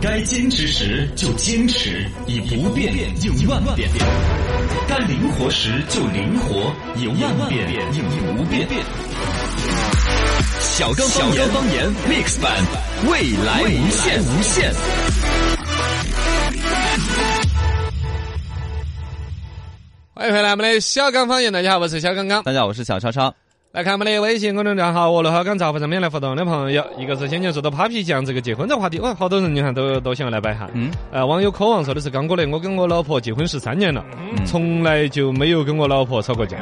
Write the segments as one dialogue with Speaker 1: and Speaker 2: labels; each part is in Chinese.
Speaker 1: 该坚持时就坚持，以不变应万变；该灵活时就灵活，以万变应不变。小刚方言方言 mix 版，未来无限无限。
Speaker 2: 欢迎回来，我们的小刚方言，大家好，我是小刚刚。
Speaker 3: 大家好，我是小超超。
Speaker 2: 来看我们的微信公众账号“我罗好刚”，账户上面来互动的朋友，一个是先前说到 Papi 酱这个结婚的话题，哇，好多人你看都都想要来摆哈。嗯。呃，网友渴望说的是刚哥嘞，我跟我老婆结婚十三年了，从来就没有跟我老婆吵过架。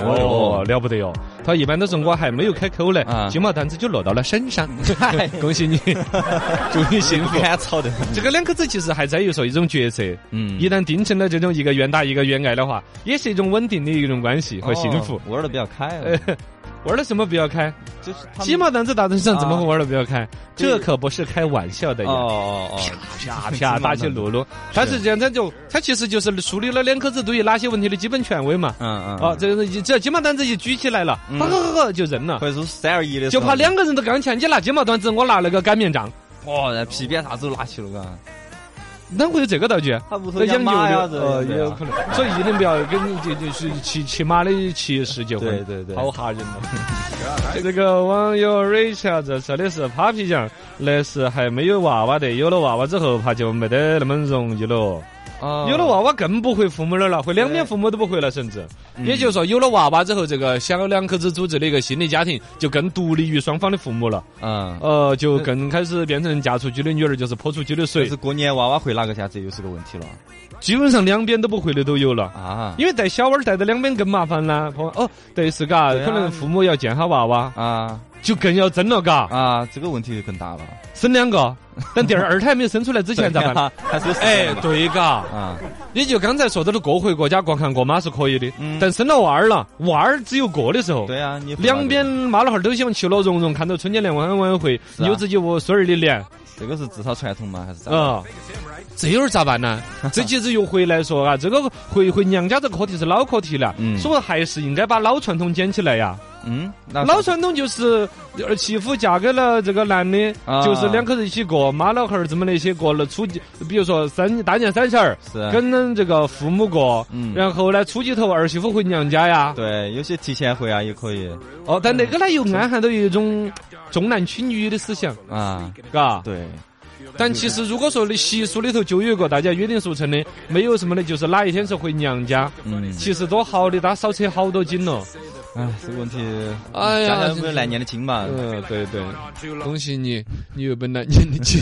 Speaker 2: 哦，了不得哟！他一般都是我还没有开口嘞
Speaker 3: 啊，
Speaker 2: 鸡毛掸子就落到了身 上。恭喜 你，祝你幸福。
Speaker 3: 敢吵的，
Speaker 2: 这个两口子其实还在于说一种角色，
Speaker 3: 嗯
Speaker 2: 一旦定成了这种一个愿打一个愿挨的话，也是一种稳定的一种关系和幸福
Speaker 3: 哦。玩的比较开，
Speaker 2: 玩了什么不要开，
Speaker 3: 就是他们
Speaker 2: 鸡毛掸子打在身上怎么会玩的不要开？
Speaker 3: 对
Speaker 2: 这可不是开玩笑的
Speaker 3: 哦
Speaker 2: 呀！
Speaker 3: 哦哦，
Speaker 2: 啪啪打起 噜噜，他是这样，他就他其实就是树立了两口子对于哪些问题的基本权威嘛。
Speaker 3: 嗯嗯，
Speaker 2: 哦，这个人一只要鸡毛掸子一举起来了，呵呵呵就扔了
Speaker 3: 或，者是三二一的时
Speaker 2: 就
Speaker 3: 候，
Speaker 2: 怕两个人都刚强，你拿鸡毛掸子，我拿那个擀面杖，
Speaker 3: 哦，那皮鞭啥子都拿起了嘎，
Speaker 2: 哪会有这个道具？
Speaker 3: 他屋头
Speaker 2: 那讲究
Speaker 3: 养马呀，
Speaker 2: 的，呃，
Speaker 3: 啊
Speaker 2: 也有可能。所以一定不要跟你就就是骑骑马的骑士结婚，
Speaker 3: 对对对
Speaker 2: 好吓人哦。 这个网友 Richard 说的是 Papi 酱，那是还没有娃娃的，有了娃娃之后怕就没得那么容易了。
Speaker 3: 能
Speaker 2: 有了娃娃更不回父母那儿了，回两边父母都不回了，甚至。
Speaker 3: 嗯
Speaker 2: 也就是说，有了娃娃之后，这个小两口子组织的一个新的家庭就更独立于双方的父母了，
Speaker 3: 嗯，
Speaker 2: 呃，就更开始变成嫁出去的女儿就是泼出去的
Speaker 3: 但
Speaker 2: 水
Speaker 3: 是，过年娃娃回哪个家，这又是个问题了
Speaker 2: 基本上两边都不回的都有了。
Speaker 3: 啊
Speaker 2: 因为带小娃儿带到两边更麻烦啦。朋友哦，对是嘎，
Speaker 3: 对啊
Speaker 2: 可能父母要见下娃娃，
Speaker 3: 啊
Speaker 2: 就更要争了嘎，
Speaker 3: 啊，这个问题就更大了，
Speaker 2: 生两个，等第二二胎没有生出来之前咋 办？
Speaker 3: 办？还是
Speaker 2: 哎，对嘎，
Speaker 3: 啊，
Speaker 2: 你就刚才说到的各回各家各看各妈是可以的，
Speaker 3: 嗯
Speaker 2: 但生了娃儿了，娃儿只有个的时候。
Speaker 3: 对啊，你
Speaker 2: 两边妈老汉儿都想其乐融融，看到春节联欢晚会，
Speaker 3: 啊
Speaker 2: 有自己我孙儿的脸，
Speaker 3: 这个是至少传统嘛，还是咋？
Speaker 2: 啊，这又儿咋办 呢？这其实又回来说啊，这个回回娘家这个课题是老课题了，
Speaker 3: 嗯
Speaker 2: 所以还是应该把老传统捡起来呀。
Speaker 3: 嗯，那
Speaker 2: 老传统就是呃儿媳妇嫁给了这个男的，
Speaker 3: 啊
Speaker 2: 就是两口子一起过，妈老汉儿这么那些过了初几，比如说三大年三十儿，
Speaker 3: 是啊
Speaker 2: 跟这个父母过，
Speaker 3: 嗯
Speaker 2: 然后呢初几头儿媳妇回娘家呀。
Speaker 3: 对，有些提前回啊也可以
Speaker 2: 哦，但那个呢又暗含到一种重男轻女的思想，
Speaker 3: 啊，
Speaker 2: 嘎。
Speaker 3: 对，
Speaker 2: 但其实如果说你习俗里头就有一个大家约定俗成的，没有什么的，就是哪一天是回娘家。
Speaker 3: 嗯，
Speaker 2: 其实多好的，他少扯好多斤了。
Speaker 3: 哎，这个问题，
Speaker 2: 哎呀
Speaker 3: 家长不是来年的亲嘛，
Speaker 2: 嗯，对对，恭喜你， 你有本来年的斤。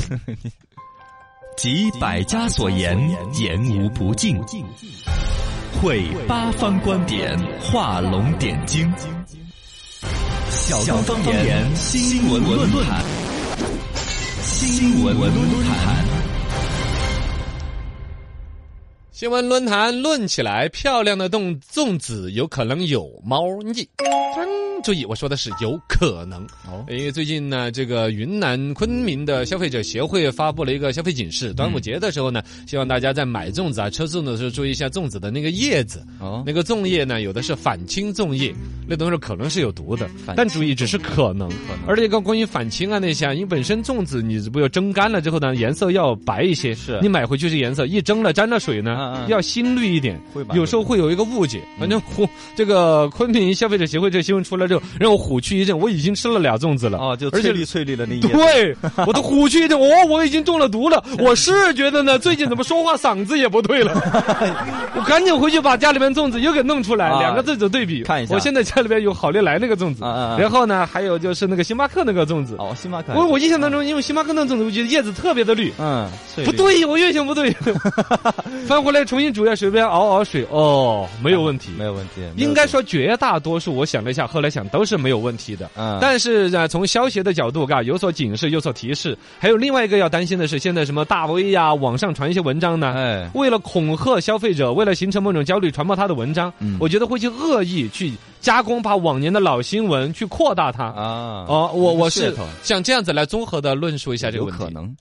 Speaker 1: 集百家所言，言无不尽；汇八方观点，画龙点睛。小刚方言新闻论坛，新闻论坛。
Speaker 2: 新闻论坛论起来，漂亮的粽粽子有可能有猫腻。嗯注意，我说的是有可能。
Speaker 3: 哦
Speaker 2: 因为最近呢，这个云南昆明的消费者协会发布了一个消费警示，端午节的时候呢，希望大家在买粽子啊、吃粽子的时候注意一下粽子的那个叶子。
Speaker 3: 哦
Speaker 2: 那，个粽叶呢，有的是反青粽叶，那东西可能是有毒的，但注意只是可能。
Speaker 3: 能
Speaker 2: 而且个关于反青啊那些啊，因为本身粽子你不要蒸干了之后呢，颜色要白一些，
Speaker 3: 是
Speaker 2: 你买回去是颜色，一蒸了沾了水呢
Speaker 3: 嗯，嗯
Speaker 2: 要新绿一点
Speaker 3: 会吧。嗯
Speaker 2: 有时候会有一个误解，反正虎这个昆明消费者协会这新闻出来之后，让我虎躯一震，我已经吃了俩粽子了，
Speaker 3: 哦，就
Speaker 2: 而
Speaker 3: 翠
Speaker 2: 且
Speaker 3: 绿翠绿的那一页，
Speaker 2: 对，我都虎躯一震，哦，我已经中了毒 了。我是觉得呢，最近怎么说话嗓子也不对了，我赶紧回去把家里面粽子又给弄出来，
Speaker 3: 啊
Speaker 2: 两个粽子对比
Speaker 3: 看一下
Speaker 2: 我现在家里边有好利来那个粽子，
Speaker 3: 啊啊啊
Speaker 2: 然后呢，还有就是那个星巴克那个粽子。
Speaker 3: 哦，星巴克，
Speaker 2: 我我印象当中，因为星巴克那个粽子，我觉得叶子特别的绿。
Speaker 3: 嗯，翠
Speaker 2: 不
Speaker 3: 绿，
Speaker 2: 对，我越想 不对，翻回来重新煮一下水边熬熬水，哦，没有问题。
Speaker 3: 没有问题，没有
Speaker 2: 应该
Speaker 3: 问题
Speaker 2: 说绝大多数，我想了一下，后来想都是没有问题的。
Speaker 3: 嗯
Speaker 2: 但是呢，从消协的角度，嘎，有所警示，有所提示。还有另外一个要担心的是，现在什么大 V 呀、网上传一些文章呢？
Speaker 3: 哎
Speaker 2: 为了恐吓消费者，为了形成某种焦虑，传播他的文章，
Speaker 3: 嗯
Speaker 2: 我觉得会去恶意去加工，把往年的老新闻去扩大它。
Speaker 3: 啊，
Speaker 2: 哦，我我
Speaker 3: 噱
Speaker 2: 是
Speaker 3: 头
Speaker 2: 想这样子来综合的论述一下这个
Speaker 3: 有
Speaker 2: 问题。
Speaker 3: 可能，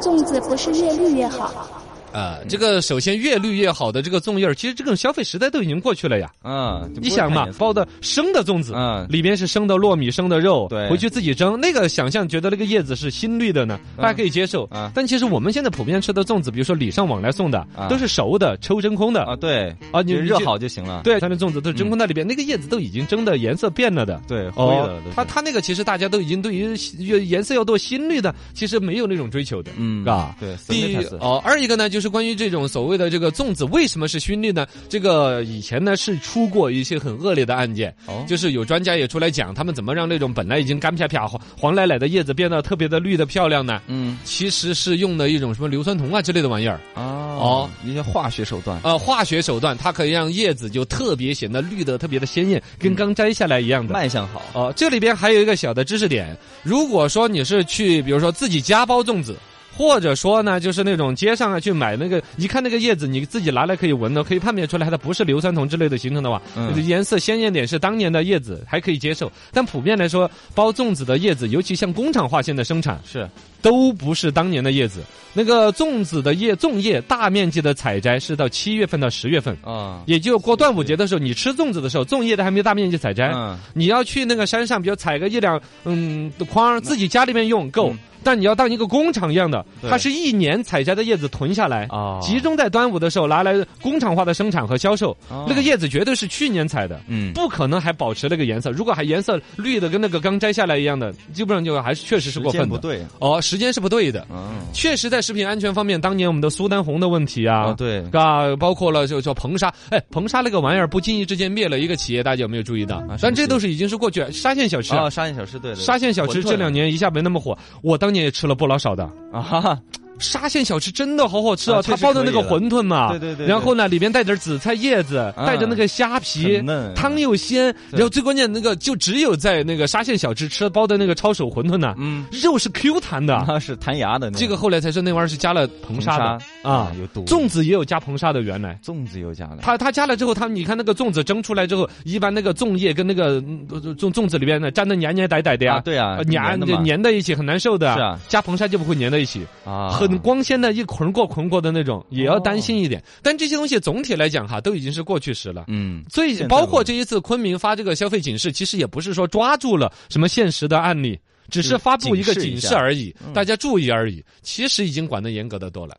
Speaker 4: 粽子不是越绿越好，
Speaker 2: 啊、这个首先越绿越好的这个粽叶儿，其实这个消费时代都已经过去了呀。
Speaker 3: 嗯，就不
Speaker 2: 你
Speaker 3: 会
Speaker 2: 想
Speaker 3: 看
Speaker 2: 嘛
Speaker 3: 颜，色
Speaker 2: 包的生的粽子，
Speaker 3: 嗯，
Speaker 2: 里边是生的糯米、生的肉，
Speaker 3: 对
Speaker 2: 回去自己蒸。那个想象觉得那个叶子是新绿的呢，
Speaker 3: 嗯
Speaker 2: 大家可以接受
Speaker 3: 啊。
Speaker 2: 但其实我们现在普遍吃的粽子，比如说礼尚往来送的
Speaker 3: 啊，
Speaker 2: 都是熟的、抽真空的
Speaker 3: 啊，对，
Speaker 2: 啊，你
Speaker 3: 就热。
Speaker 2: 你
Speaker 3: 好就行了。
Speaker 2: 对，它的粽子都是真空在里边，那个叶子都已经蒸的颜色变了的。
Speaker 3: 对，灰了嗯都是
Speaker 2: 哦它它那个其实大家都已经对于越颜色要多新绿的，其实没有那种追求的。
Speaker 3: 嗯，
Speaker 2: 啊
Speaker 3: 对，
Speaker 2: 第一
Speaker 3: Snickers
Speaker 2: 哦，二一个呢，就是关于这种所谓的这个粽子为什么是熏绿呢？这个以前呢是出过一些很恶劣的案件，
Speaker 3: 哦
Speaker 2: 就是有专家也出来讲，他们怎么让那种本来已经干啪啪黄黄奶奶的叶子变得特别的绿的漂亮呢？
Speaker 3: 嗯
Speaker 2: 其实是用的一种什么硫酸铜啊之类的玩意儿，
Speaker 3: 啊
Speaker 2: 哦，
Speaker 3: 一些化学手段，
Speaker 2: 呃，化学手段，它可以让叶子就特别显得绿的特别的鲜艳，跟刚摘下来一样的。
Speaker 3: 卖相好，
Speaker 2: 哦，这里边还有一个小的知识点，如果说你是去，比如说自己家包粽子。或者说呢，就是那种街上啊去买那个，一看那个叶子，你自己拿来可以闻的，可以判别出来它不是硫酸铜之类的形成的话，
Speaker 3: 嗯
Speaker 2: 颜色鲜艳点是当年的叶子，还可以接受。但普遍来说，包粽子的叶子，尤其像工厂化现在生产，
Speaker 3: 是
Speaker 2: 都不是当年的叶子。那个粽子的叶粽叶大面积的采摘是到七月份到十月份，
Speaker 3: 啊，
Speaker 2: 也就过端午节的时候，你吃粽子的时候，粽叶都还没大面积采摘。
Speaker 3: 嗯，
Speaker 2: 你要去那个山上，比如采个一两嗯的筐儿，自己家里面用够
Speaker 3: 嗯，
Speaker 2: 但你要当一个工厂一样的，
Speaker 3: 对
Speaker 2: 它是一年采摘的叶子囤下来。
Speaker 3: 啊
Speaker 2: 集中在端午的时候拿来工厂化的生产和销售，
Speaker 3: 哦
Speaker 2: 那个叶子绝对是去年采的，
Speaker 3: 嗯
Speaker 2: 不可能还保持那个颜色。如果还颜色绿的跟那个刚摘下来一样的，基本上就还是确实是
Speaker 3: 时
Speaker 2: 过
Speaker 3: 间
Speaker 2: 分
Speaker 3: 不
Speaker 2: 的。
Speaker 3: 对，
Speaker 2: 哦，时间是不对的，
Speaker 3: 嗯
Speaker 2: 确实在食品安全方面，当年我们的苏丹红的问题啊，
Speaker 3: 啊对，
Speaker 2: 啊，包括了就叫硼砂，哎，硼砂那个玩意儿不经意之间灭了一个企业，大家有没有注意到？
Speaker 3: 什么
Speaker 2: 但
Speaker 3: 企
Speaker 2: 这
Speaker 3: 业
Speaker 2: 都是已经是过去了沙县小吃啊。
Speaker 3: 啊，沙县小吃对对，
Speaker 2: 沙县小吃
Speaker 3: 馄饨
Speaker 2: 这两年一下没那么火，我当年也吃了不老少的。
Speaker 3: 啊哈哈，
Speaker 2: 沙县小吃真的好好吃啊！
Speaker 3: 啊确
Speaker 2: 它
Speaker 3: 实
Speaker 2: 包的那个
Speaker 3: 可以
Speaker 2: 馄饨嘛，
Speaker 3: 对对对对
Speaker 2: 然后呢，里边带点紫菜叶子，
Speaker 3: 啊
Speaker 2: 带着那个虾皮
Speaker 3: 很，嫩
Speaker 2: 汤又鲜，
Speaker 3: 对
Speaker 2: 然后最关键那个就只有在那个沙县小吃吃包的那个抄手馄饨呢，
Speaker 3: 嗯，
Speaker 2: 肉是 Q 弹的。
Speaker 3: 啊是弹牙的那
Speaker 2: 这个后来才是那玩意儿是加了硼
Speaker 3: 硼
Speaker 2: 砂
Speaker 3: 砂
Speaker 2: 的啊，
Speaker 3: 有毒，
Speaker 2: 粽子也有加硼砂的原来。
Speaker 3: 粽子有加啊了，
Speaker 2: 它它加了之后，它你看那个粽子蒸出来之后，一般那个粽叶跟那个嗯粽粽子里边呢粘的黏黏呆呆的
Speaker 3: 啊
Speaker 2: 呀，
Speaker 3: 对啊
Speaker 2: 呃，
Speaker 3: 粘
Speaker 2: 粘
Speaker 3: 的嘛
Speaker 2: 粘在一起很难受的。
Speaker 3: 是啊，
Speaker 2: 加硼砂就不会粘在一起，
Speaker 3: 啊，哦
Speaker 2: 很光鲜的一捆过捆过的那种，也要担心一点。但这些东西总体来讲哈，都已经是过去时了。
Speaker 3: 嗯，
Speaker 2: 最
Speaker 3: 现在
Speaker 2: 包括这一次昆明发这个消费警示，其实也不是说抓住了什么现实的案例，只是
Speaker 3: 就
Speaker 2: 发布一个
Speaker 3: 警示一
Speaker 2: 警示
Speaker 3: 下嗯
Speaker 2: 而已，大家注意而已。其实已经管得严格的多了。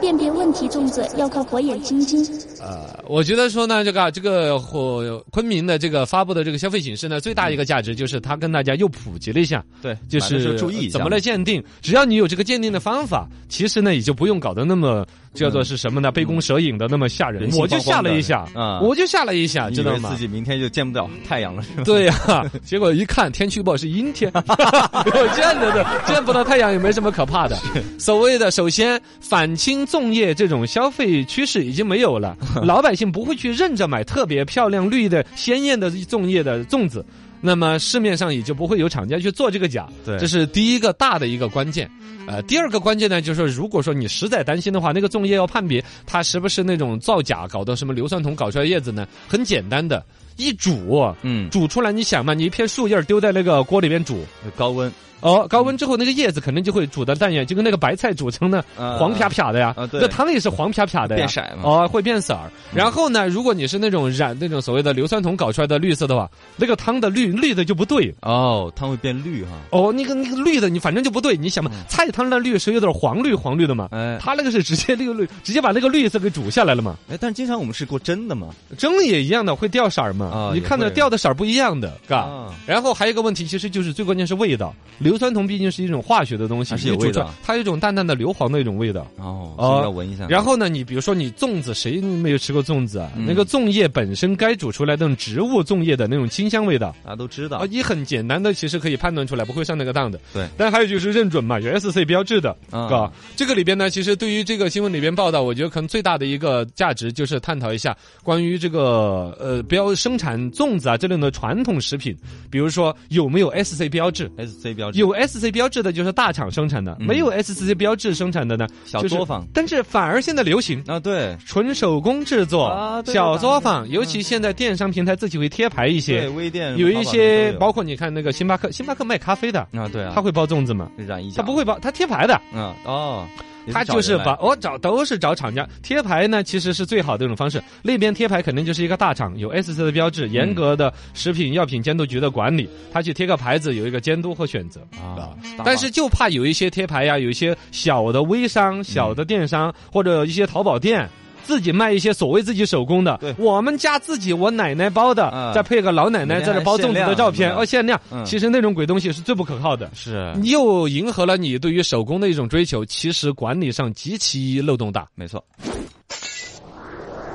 Speaker 4: 辨别问题粽子要靠火眼金睛。
Speaker 2: 呃，我觉得说呢，这个啊这个火昆明的这个发布的这个消费警示呢，最大一个价值就是它跟大家又普及了一下，
Speaker 3: 对，
Speaker 2: 就
Speaker 3: 买的时
Speaker 2: 是
Speaker 3: 候注意一下
Speaker 2: 怎么来鉴定。只要你有这个鉴定的方法，其实呢也就不用搞得那么叫做是什么呢，杯弓蛇影的那么吓人
Speaker 3: 人。心
Speaker 2: 我就
Speaker 3: 惶惶
Speaker 2: 吓了
Speaker 3: 的
Speaker 2: 一下，
Speaker 3: 啊
Speaker 2: 我就吓了一下，
Speaker 3: 嘛，
Speaker 2: 知
Speaker 3: 知
Speaker 2: 道
Speaker 3: 道
Speaker 2: 吗
Speaker 3: 自？己明天就见不到太阳了 是吧？
Speaker 2: 对呀、结果一看天气预报是阴天，我见着的，见不到太阳也没什么可怕的。所谓的首先反清粽叶这种消费趋势已经没有了，老百姓不会去认着买特别漂亮、绿的、鲜艳的粽叶的粽子。那么市面上也就不会有厂家去做这个假，
Speaker 3: 对
Speaker 2: 这是第一个大的一个关键。呃，第二个关键呢，就是说，如果说你实在担心的话，那个粽叶要判别它是不是那种造假搞的什么硫酸铜搞出来的叶子呢？很简单的，一煮，哦
Speaker 3: 嗯，
Speaker 2: 煮出来，你想嘛，你一片树叶儿丢在那个锅里面煮，
Speaker 3: 高温
Speaker 2: 哦，高温之后那个叶子肯定就会煮的淡眼，就跟那个白菜煮成的
Speaker 3: 啊
Speaker 2: 黄啪啪的呀，
Speaker 3: 啊对
Speaker 2: 那汤也是黄啪啪的呀，
Speaker 3: 变色嗯嘛
Speaker 2: 哦，会变色儿。然后呢，如果你是那种染那种所谓的硫酸铜搞出来的绿色的话，那个汤的绿绿的就不对。
Speaker 3: 哦，汤会变绿哈，
Speaker 2: 哦，那个那个绿的，你反正就不对。你想
Speaker 3: 嗯
Speaker 2: 嘛，菜汤的绿是有点黄绿黄绿的嘛，
Speaker 3: 哎
Speaker 2: 它那个是直接那个绿，直接把那个绿色给煮下来了嘛。
Speaker 3: 哎，但是经常我们是过蒸的嘛，
Speaker 2: 蒸也一样的，会掉色儿嘛
Speaker 3: 啊。
Speaker 2: 你
Speaker 3: 也
Speaker 2: 看到
Speaker 3: 会
Speaker 2: 掉的色儿不一样的，嘎、
Speaker 3: 啊
Speaker 2: 然后还有一个问题，其实就是最关键是味道。硫酸铜毕竟是一种化学的东西，
Speaker 3: 它是有
Speaker 2: 你煮
Speaker 3: 味
Speaker 2: 出来
Speaker 3: 道
Speaker 2: 它有一种淡淡的硫磺的一种味道。
Speaker 3: 哦，
Speaker 2: 哦
Speaker 3: 所以要闻一下，
Speaker 2: 然后呢，你比如说你粽子，谁没有吃过粽子啊？
Speaker 3: 嗯
Speaker 2: 那个粽叶本身该煮出来的那种植物粽叶的那种清香味道。
Speaker 3: 大家都知
Speaker 2: 啊
Speaker 3: 道，，
Speaker 2: 你很简单的，其实可以判断出来，不会上那个当的。
Speaker 3: 对
Speaker 2: 但还有就是认准嘛，有 SC 标志的，
Speaker 3: 啊
Speaker 2: 啊、这个里边呢，其实对于这个新闻里边报道，我觉得可能最大的一个价值就是探讨一下关于这个呃标生产粽子啊这类的传统食品，比如说有没有 SC 标志。
Speaker 3: SC 标志
Speaker 2: 有 SC 标志的就是大厂生产的，
Speaker 3: 嗯
Speaker 2: 没有 SC 标志生产的呢，
Speaker 3: 小
Speaker 2: 就是
Speaker 3: 作坊
Speaker 2: 但是反而现在流行，
Speaker 3: 啊，对
Speaker 2: 纯手工制作、
Speaker 3: 啊对
Speaker 2: 小
Speaker 3: 打
Speaker 2: 作
Speaker 3: 的
Speaker 2: 坊，尤其现在电商平台自己会贴牌一些，
Speaker 3: 对，微店
Speaker 2: 有一些包
Speaker 3: 包
Speaker 2: 括你看那个星巴克，星巴克卖咖啡的，
Speaker 3: 啊，对啊，
Speaker 2: 他会包粽子吗？
Speaker 3: 染一下，
Speaker 2: 他不会包，他贴牌的。
Speaker 3: 嗯哦，也
Speaker 2: 他
Speaker 3: 找
Speaker 2: 就是
Speaker 3: 人来
Speaker 2: 把我找都是找厂家贴牌呢，其实是最好的一种方式。那边贴牌肯定就是一个大厂，有 S C 的标志，
Speaker 3: 嗯
Speaker 2: 严格的食品药品监督局的管理，他去贴个牌子有一个监督和选择。
Speaker 3: 啊，
Speaker 2: 但是就怕有一些贴牌呀、有一些小的微商、小
Speaker 3: 嗯
Speaker 2: 的电商、或者一些淘宝店。自己卖一些所谓自己手工的
Speaker 3: 对，
Speaker 2: 我们家自己我奶奶包的，
Speaker 3: 嗯
Speaker 2: 再配个老奶奶
Speaker 3: 人家
Speaker 2: 在这包
Speaker 3: 还限
Speaker 2: 粽子的
Speaker 3: 量
Speaker 2: 照
Speaker 3: 什么
Speaker 2: 片，
Speaker 3: 的
Speaker 2: 哦，限量。
Speaker 3: 嗯
Speaker 2: 其实那种鬼东西是最不可靠的。
Speaker 3: 是
Speaker 2: 又迎合了你对于手工的一种追求，其实管理上极其漏洞大。
Speaker 3: 没错，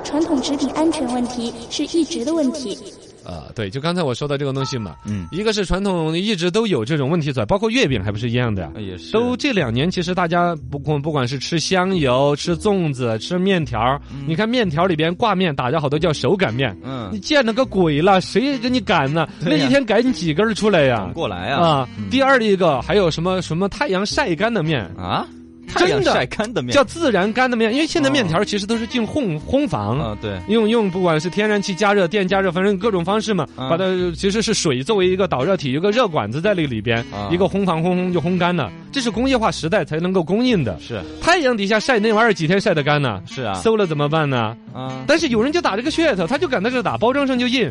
Speaker 4: 传统食品安全问题是一直的问题。
Speaker 3: 啊
Speaker 2: 呃，对，就刚才我说的这个东西嘛，
Speaker 3: 嗯，
Speaker 2: 一个是传统一直都有这种问题在，包括月饼还不是一样的呀、
Speaker 3: 也是
Speaker 2: 都这两年，其实大家不管不管是吃香油、吃粽子、吃面条儿，你看面条里边挂面打着好多叫手擀面，你
Speaker 3: 嗯
Speaker 2: 见了个鬼了，谁给你擀呢？那
Speaker 3: 对呀
Speaker 2: 一天擀几根儿出来呀？
Speaker 3: 过来啊
Speaker 2: 啊！第二一个还有什么什么太阳晒干的面，
Speaker 3: 啊，太
Speaker 2: 真的
Speaker 3: 阳晒干的面哦
Speaker 2: 叫自然干的面，因为现在面条其实都是进烘烘房。
Speaker 3: 啊，对，
Speaker 2: 用用不管是天然气加热、电加热，反正各种方式嘛，
Speaker 3: 啊
Speaker 2: 把它其实是水作为一个导热体，有个热管子在那里边，
Speaker 3: 啊
Speaker 2: 一个烘房烘烘就烘干了。这是工业化时代才能够供应的。
Speaker 3: 是
Speaker 2: 太阳底下晒那玩意儿几天晒得干呢？
Speaker 3: 是嗯啊
Speaker 2: 馊了怎么办呢？
Speaker 3: 啊，
Speaker 2: 但是有人就打这个噱头，他就敢在这打，包装上就印，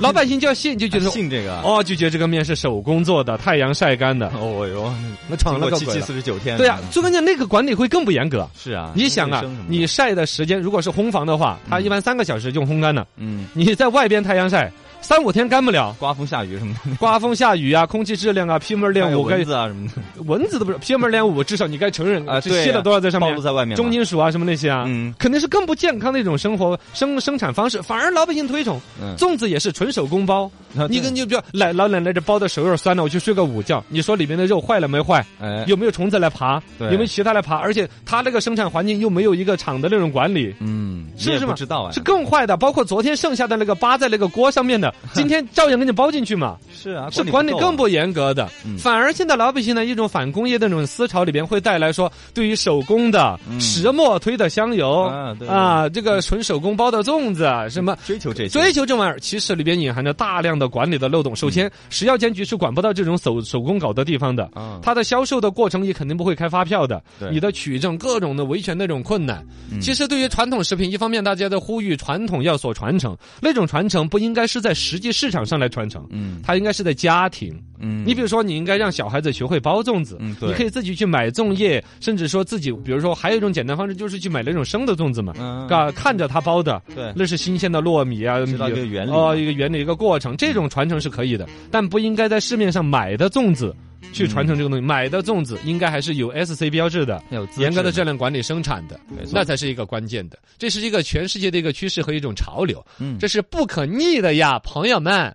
Speaker 2: 老百姓就要信，就觉得。
Speaker 3: 信这个嗯啊，
Speaker 2: 哦，就觉得这个面是手工做的，太阳晒干的，
Speaker 3: 哦哟，
Speaker 2: 那 闯
Speaker 3: 经
Speaker 2: 了
Speaker 3: 过
Speaker 2: 个
Speaker 3: 七
Speaker 2: 鬼
Speaker 3: 七
Speaker 2: 了
Speaker 3: 四十九天，
Speaker 2: 对啊，最关键那个管理会更不严格。
Speaker 3: 是啊，
Speaker 2: 你想啊
Speaker 3: 卫生什么，的
Speaker 2: 你晒的时间如果是烘房的话，它一般三个小时就烘干了。
Speaker 3: 嗯，
Speaker 2: 你在外边太阳 晒，三五天干不了，
Speaker 3: 刮风下雨什么的，
Speaker 2: 刮风下雨啊，空气质量啊，PM 二
Speaker 3: 还
Speaker 2: 点
Speaker 3: 有
Speaker 2: 五该
Speaker 3: 蚊子啊什么的，
Speaker 2: 蚊子都不是 PM 二点五，至少你该承认
Speaker 3: 啊
Speaker 2: 这
Speaker 3: 对啊
Speaker 2: 吸了多少在上
Speaker 3: 暴
Speaker 2: 面
Speaker 3: 露，在外面嘛，
Speaker 2: 重金属啊什么那些啊。
Speaker 3: 嗯
Speaker 2: 肯定是更不健康的一种生活生生产方式，反而老百姓推崇。
Speaker 3: 嗯，
Speaker 2: 粽子也是纯手工包，
Speaker 3: 啊
Speaker 2: 你
Speaker 3: 对
Speaker 2: 跟你比如奶老奶奶这包的手有点酸了，我去睡个午觉，你说里面的肉坏了没坏？
Speaker 3: 哎
Speaker 2: 有没有虫子来爬？
Speaker 3: 对
Speaker 2: 有没有其他来爬？而且它那个生产环境又没有一个厂的那种管理，
Speaker 3: 嗯，你
Speaker 2: 是不
Speaker 3: 也
Speaker 2: 是
Speaker 3: 不
Speaker 2: 嘛
Speaker 3: 知道啊，
Speaker 2: 是更坏的。包括昨天剩下的那个扒在那个锅上 面的，今天照样给你包进去嘛，
Speaker 3: 是啊，
Speaker 2: 是管理
Speaker 3: 够啊
Speaker 2: 更不严格的。
Speaker 3: 嗯
Speaker 2: 反而现在老百姓的一种反工业的那种思潮里边，会带来说对于手工的、
Speaker 3: 嗯
Speaker 2: 石磨推的香油
Speaker 3: 啊对对嗯
Speaker 2: 啊，这个纯手工包的粽子什么。
Speaker 3: 追求这些，
Speaker 2: 追求这玩意儿，其实里边隐含着大量的管理的漏洞。首
Speaker 3: 嗯
Speaker 2: 先，食药监局是管不到这种手手工搞的地方的，
Speaker 3: 啊，
Speaker 2: 它的销售的过程也肯定不会开发票的
Speaker 3: 对，
Speaker 2: 你的取证各种的维权那种困难。
Speaker 3: 嗯
Speaker 2: 其实对于传统食品，一方面大家在呼吁传统要所传承，那种传承不应该是在实际市场上来传承。
Speaker 3: 嗯
Speaker 2: 它应该是在家庭，
Speaker 3: 嗯，
Speaker 2: 你比如说，你应该让小孩子学会包粽子，
Speaker 3: 嗯对
Speaker 2: 你可以自己去买粽叶，甚至说自己，比如说还有一种简单方式就是去买那种生的粽子嘛，
Speaker 3: 嗯
Speaker 2: 啊，看着他包的，
Speaker 3: 对
Speaker 2: 那是新鲜的糯米啊，
Speaker 3: 知道
Speaker 2: 米
Speaker 3: 这个原理嗯
Speaker 2: 哦，一个原理一个过程，这种传承是可以的，但不应该在市面上买的粽子去传承这个东西。买的粽子应该还是有 SC 标志的，
Speaker 3: 要有资
Speaker 2: 严格的
Speaker 3: 质
Speaker 2: 质量管理生产的
Speaker 3: 没，错
Speaker 2: 那才是一个关键的。这是一个全世界的一个趋势和一种潮流，
Speaker 3: 嗯
Speaker 2: 这是不可逆的呀，朋友们。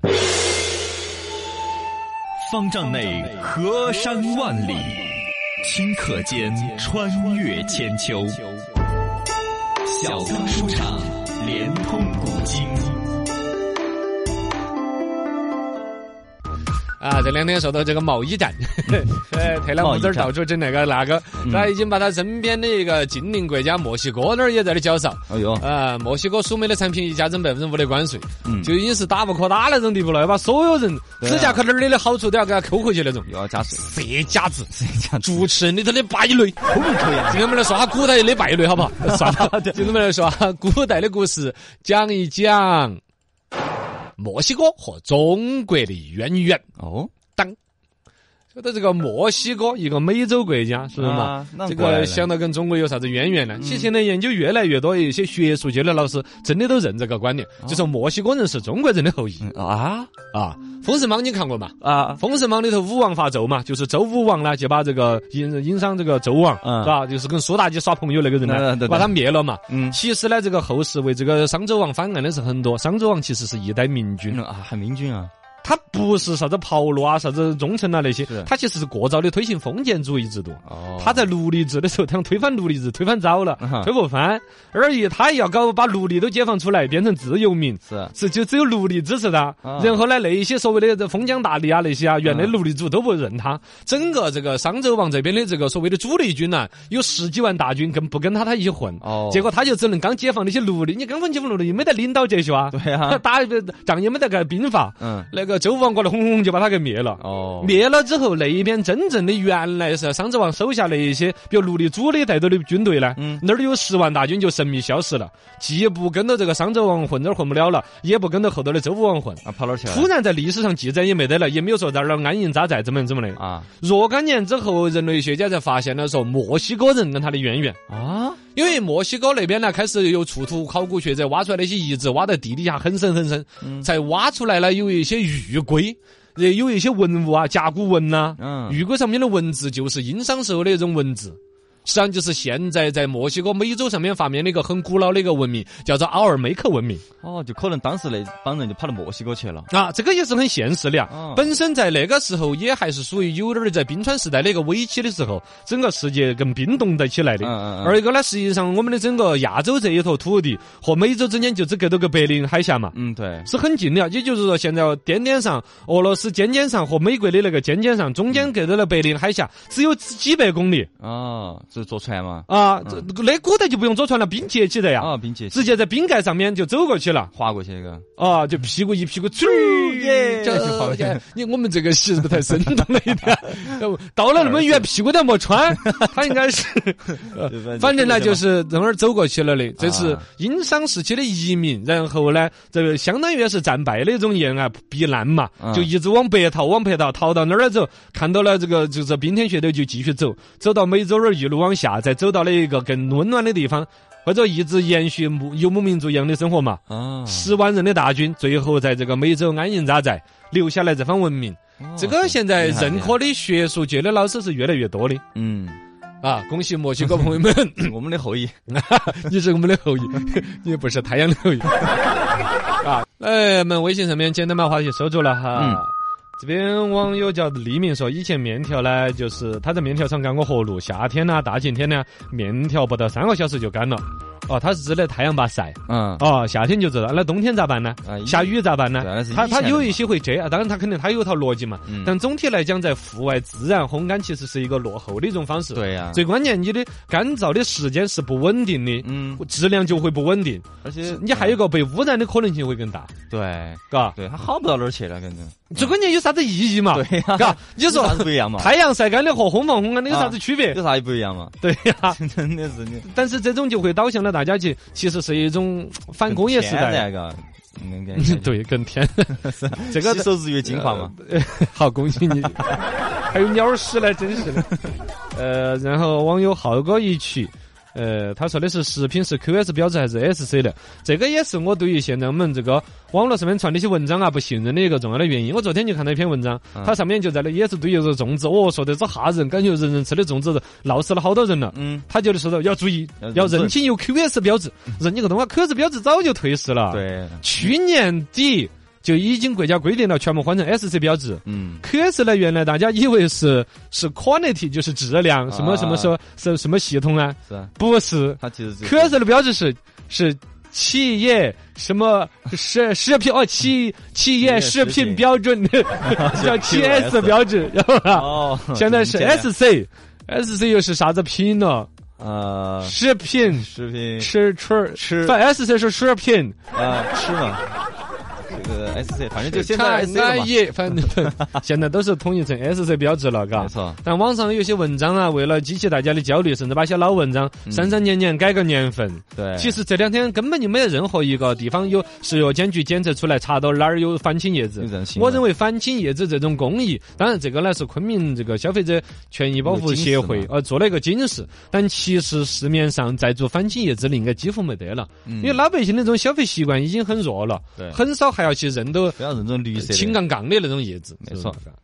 Speaker 1: 方丈内河山万里，顷刻间穿越千秋。小刚书场，连通古今。
Speaker 2: 啊，这两天受到这个贸易 战，呃，特朗普这儿到处整那个那个，
Speaker 3: 嗯
Speaker 2: 他已经把他身边的一个近邻国家墨西哥那儿也在那儿搅扰。
Speaker 3: 哎呦，
Speaker 2: 啊，墨西哥输美的产品一加征百分之五的关税，
Speaker 3: 嗯
Speaker 2: 就已经是打不可打那种地步了，要把所有人
Speaker 3: 对啊
Speaker 2: 指甲壳那儿里的好处都要给他抠回去那种。
Speaker 3: 又要加水，
Speaker 2: 这家子，主持人里头的败类，可不可以？今天我们来说下古代的败类，好不 好？算了，今天我们来说下古代的故事，讲一讲墨西哥和中国的渊源。
Speaker 3: 哦，
Speaker 2: 说到这个墨西哥，一个美洲国家，是不是嘛？
Speaker 3: 啊那
Speaker 2: 这
Speaker 3: 过来
Speaker 2: 个
Speaker 3: 了嗯
Speaker 2: 想到跟中国有啥子渊源呢？其实现在研究越来越多，有一些学术界的老师真的都认这个观点，就说墨西哥人是中国人的后裔
Speaker 3: 哦嗯啊
Speaker 2: 啊。《封神榜》你看过嘛？
Speaker 3: 啊
Speaker 2: 《封神榜》里头武王伐纣嘛，就是周武王呢就把这个殷殷商这个纣王，
Speaker 3: 嗯
Speaker 2: 是吧？就是跟苏妲己耍朋友那个人
Speaker 3: 嗯
Speaker 2: 呢
Speaker 3: 对对，
Speaker 2: 把他灭了嘛。
Speaker 3: 嗯
Speaker 2: 其实呢，这个后世为这个商纣王翻案的是很多，商纣王其实是一代明君。
Speaker 3: 嗯啊，很明君啊，
Speaker 2: 它不是啥子炮烙啊、啥子忠诚啊那些
Speaker 3: 是，
Speaker 2: 它其实是过早的推行封建主义制度。
Speaker 3: 哦
Speaker 2: 他在奴隶制的时候，他推翻奴隶制，推翻早了
Speaker 3: 啊哈，
Speaker 2: 推不翻。而一他也要搞把奴隶都解放出来，变成自由民，
Speaker 3: 是啊
Speaker 2: 是就只有奴隶支持他
Speaker 3: 啊。
Speaker 2: 然后呢，那一些所谓的这封疆大吏啊那些啊，原来
Speaker 3: 嗯
Speaker 2: 奴隶主都不认他。整个这个商纣王这边的这个所谓的主力军呢，有十几万大军，更不跟他他一起混。
Speaker 3: 哦
Speaker 2: 结果他就只能刚解 放那些奴隶，你刚放解放奴隶，没得领导哲学啊，
Speaker 3: 对啊
Speaker 2: 打仗也没得个兵法，
Speaker 3: 嗯
Speaker 2: 那个周武王过来轰轰轰就把他给灭了。
Speaker 3: 哦，
Speaker 2: 灭了之后，那一边真正的原来是商纣王手下那一些，比如奴隶主的带头的军队呢，
Speaker 3: 嗯
Speaker 2: 那儿有十万大军就神秘消失了，既不跟着这个商纣王混，这儿混不了了，也不跟着后头的周武王混。
Speaker 3: 啊，跑哪儿去了？
Speaker 2: 突然在历史上记载也没得了，也没有说在哪儿安营扎寨怎么怎么的。
Speaker 3: 啊
Speaker 2: 若干年之后，人类学家才发现了说墨西哥人跟他的渊源，
Speaker 3: 啊，
Speaker 2: 因为墨西哥那边呢开始有出土考古学者挖出来那些遗址，挖到地底下很深很深，
Speaker 3: 嗯
Speaker 2: 才挖出来了有一些玉龟，也有一些文物啊，甲骨文呐、
Speaker 3: 嗯
Speaker 2: 玉龟上面的文字就是殷商时候的那种文字。实际上就是现在在墨西哥美洲上面发明了一个很古老的一个文明，叫做奥尔梅克文明。
Speaker 3: 哦，就可能当时那帮人就跑到墨西哥去了。
Speaker 2: 啊，这个也是很现实的啊。
Speaker 3: 哦
Speaker 2: 本身在那个时候也还是属于有点儿在冰川时代的一个危机的时候，整个世界跟冰冻在起来的。
Speaker 3: 嗯嗯嗯
Speaker 2: 而一个呢，实际上我们的整个亚洲这一坨土地和美洲之间就只隔着个白令海峡嘛。
Speaker 3: 嗯，对，
Speaker 2: 是很近的啊，也就是说，现在颠颠上、俄罗斯尖尖上和美国的那个尖尖上，中间隔着了白令海峡，只有几百公里
Speaker 3: 哦，就是坐船嘛。
Speaker 2: 啊！这那古代就不用坐船了，冰结起的呀，
Speaker 3: 啊，并且
Speaker 2: 直接在冰盖上面就走过去了。
Speaker 3: 划过去一个。
Speaker 2: 啊，就屁股一屁股，啾嗯耶！就
Speaker 3: 就跑
Speaker 2: 哎你我们这个戏是不是太生动了一 点？到了那么远，屁股都没 穿，他应该是，呃反正呢就是从那儿走过去了的。这是
Speaker 3: 啊
Speaker 2: 殷商时期的移民，然后呢，这个相当于是战败的一种沿岸避难嘛，
Speaker 3: 嗯
Speaker 2: 就一直往北逃，往北逃，逃到那儿了之后，看到了这个就是冰天雪地就继续走，走到美洲那儿一路往下，再走到了一个更温暖的地方。或者一直延续牧游牧民族一样的生活嘛，
Speaker 3: 啊，
Speaker 2: 十万人的大军最后在这个美洲安营扎寨，留下来这番文明。
Speaker 3: 哦
Speaker 2: 这个现在
Speaker 3: 厉害
Speaker 2: 认可的学术界的老师是越来越多的
Speaker 3: 嗯，
Speaker 2: 啊！恭喜墨西 哥朋友们，
Speaker 3: 我们的后裔
Speaker 2: 你是我们的后裔，你不是太阳的后 裔啊！来，我们微信上面简单把话题收住了哈。
Speaker 3: 嗯
Speaker 2: 这边网友叫黎明说，以前面条呢，就是他在面条厂干过活路，夏天呐、大晴天呢，面条不到三个小时就干了。哦，他是指的太阳把晒。
Speaker 3: 嗯，
Speaker 2: 哦，夏天就知道，那冬天咋办呢？
Speaker 3: 啊
Speaker 2: 下雨咋办呢
Speaker 3: 对那是？以
Speaker 2: 它它
Speaker 3: 前的
Speaker 2: 有
Speaker 3: 嘛
Speaker 2: 一些会这样，当然它肯定它有一套逻辑嘛。
Speaker 3: 嗯
Speaker 2: 但总体来讲，在户外自然烘干其实是一个落后的一种方式。，
Speaker 3: 对呀，
Speaker 2: 最关键你的干燥的时间是不稳定的，
Speaker 3: 嗯，
Speaker 2: 质量就会不稳定，
Speaker 3: 而且
Speaker 2: 你还有个被污染的可能性会更大，
Speaker 3: 对
Speaker 2: 嘎。
Speaker 3: 对，他好不到哪儿去了，反正
Speaker 2: 最关键有啥子意义嘛？
Speaker 3: 嗯对呀
Speaker 2: 嘎，你
Speaker 3: 有
Speaker 2: 说
Speaker 3: 啊啥子啊不一样 嘛？
Speaker 2: 太阳晒干的和烘房烘干的有啊啥子区 别？
Speaker 3: 有啥也不一样嘛？
Speaker 2: 对 呀，
Speaker 3: 真的是你
Speaker 2: 但是这种就会导向了大家去，其实是一种反工业时
Speaker 3: 天
Speaker 2: 代。
Speaker 3: 然嘎，嗯，感觉
Speaker 2: 对，更天这
Speaker 3: 这
Speaker 2: 个
Speaker 3: 吸收日月精华嘛？
Speaker 2: 呃？呃好，恭喜你！ 还有鸟屎呢，真是的。呃，然后网友浩哥一曲。呃，他说的是食品是 QS 标志还是 SC 的？这个也是我对于现在我们这个网络上面传的一些文章啊不信任的一个重要的原因。我昨天就看到一篇文章，
Speaker 3: 嗯
Speaker 2: 它上面就在那也是对于这个粽子，哦，说的这哈人感觉人人吃的粽子闹死了好多人了。
Speaker 3: 嗯，
Speaker 2: 他就说到要注意，要
Speaker 3: 要
Speaker 2: 认
Speaker 3: 认
Speaker 2: 清有 QS 标志，认你个东啊！QS 标志早就退市了。。
Speaker 3: 对，
Speaker 2: 去年底就已经国家规定了，全部换成 SC 标志。
Speaker 3: 嗯
Speaker 2: QS 呢，原来大家以为是是 quality，就是质量，
Speaker 3: 啊
Speaker 2: 什么什么说什什么系统啊？
Speaker 3: 是啊，
Speaker 2: 不是
Speaker 3: 他其实就是
Speaker 2: ，QS 的标志是是企业什么食食品哦，企企业食品标准 叫 QS 标 志，知道吧？
Speaker 3: 哦，
Speaker 2: 现在是
Speaker 3: 这样
Speaker 2: SC。S C 又是啥子品呢？
Speaker 3: 呃，
Speaker 2: 食品
Speaker 3: 食品
Speaker 2: 吃吃
Speaker 3: 吃
Speaker 2: 反 S C 是食品，
Speaker 3: 啊吃嘛，这个 S C 反正就现在
Speaker 2: 产
Speaker 3: S C 了嘛，
Speaker 2: 业，反 正现在都是统一成 S C 标志了，嘎
Speaker 3: 没。错，
Speaker 2: 但网上有些文章啊，为了激起大家的焦虑，甚至把一些老文章删删减减改个年份。
Speaker 3: 嗯对，
Speaker 2: 其实这两天根本就没有任何一个地方有食药监局检测出来查到哪儿有反青叶子
Speaker 3: 有人。啊性
Speaker 2: 我
Speaker 3: 的
Speaker 2: 认为反青叶子这种公益，当然这个呢是昆明这个消费者权益保护协
Speaker 3: 有
Speaker 2: 会
Speaker 3: 个警示
Speaker 2: 呃做了一个警示，但其实市面上在做反青叶子的应该几乎没得了，因为
Speaker 3: 你
Speaker 2: 老百姓那种消费习惯已经很弱了，
Speaker 3: 嗯对
Speaker 2: 很少还要去认得
Speaker 3: 不要认这种绿色的
Speaker 2: 青杠杠的那种叶子，
Speaker 3: 没错
Speaker 2: 是吧。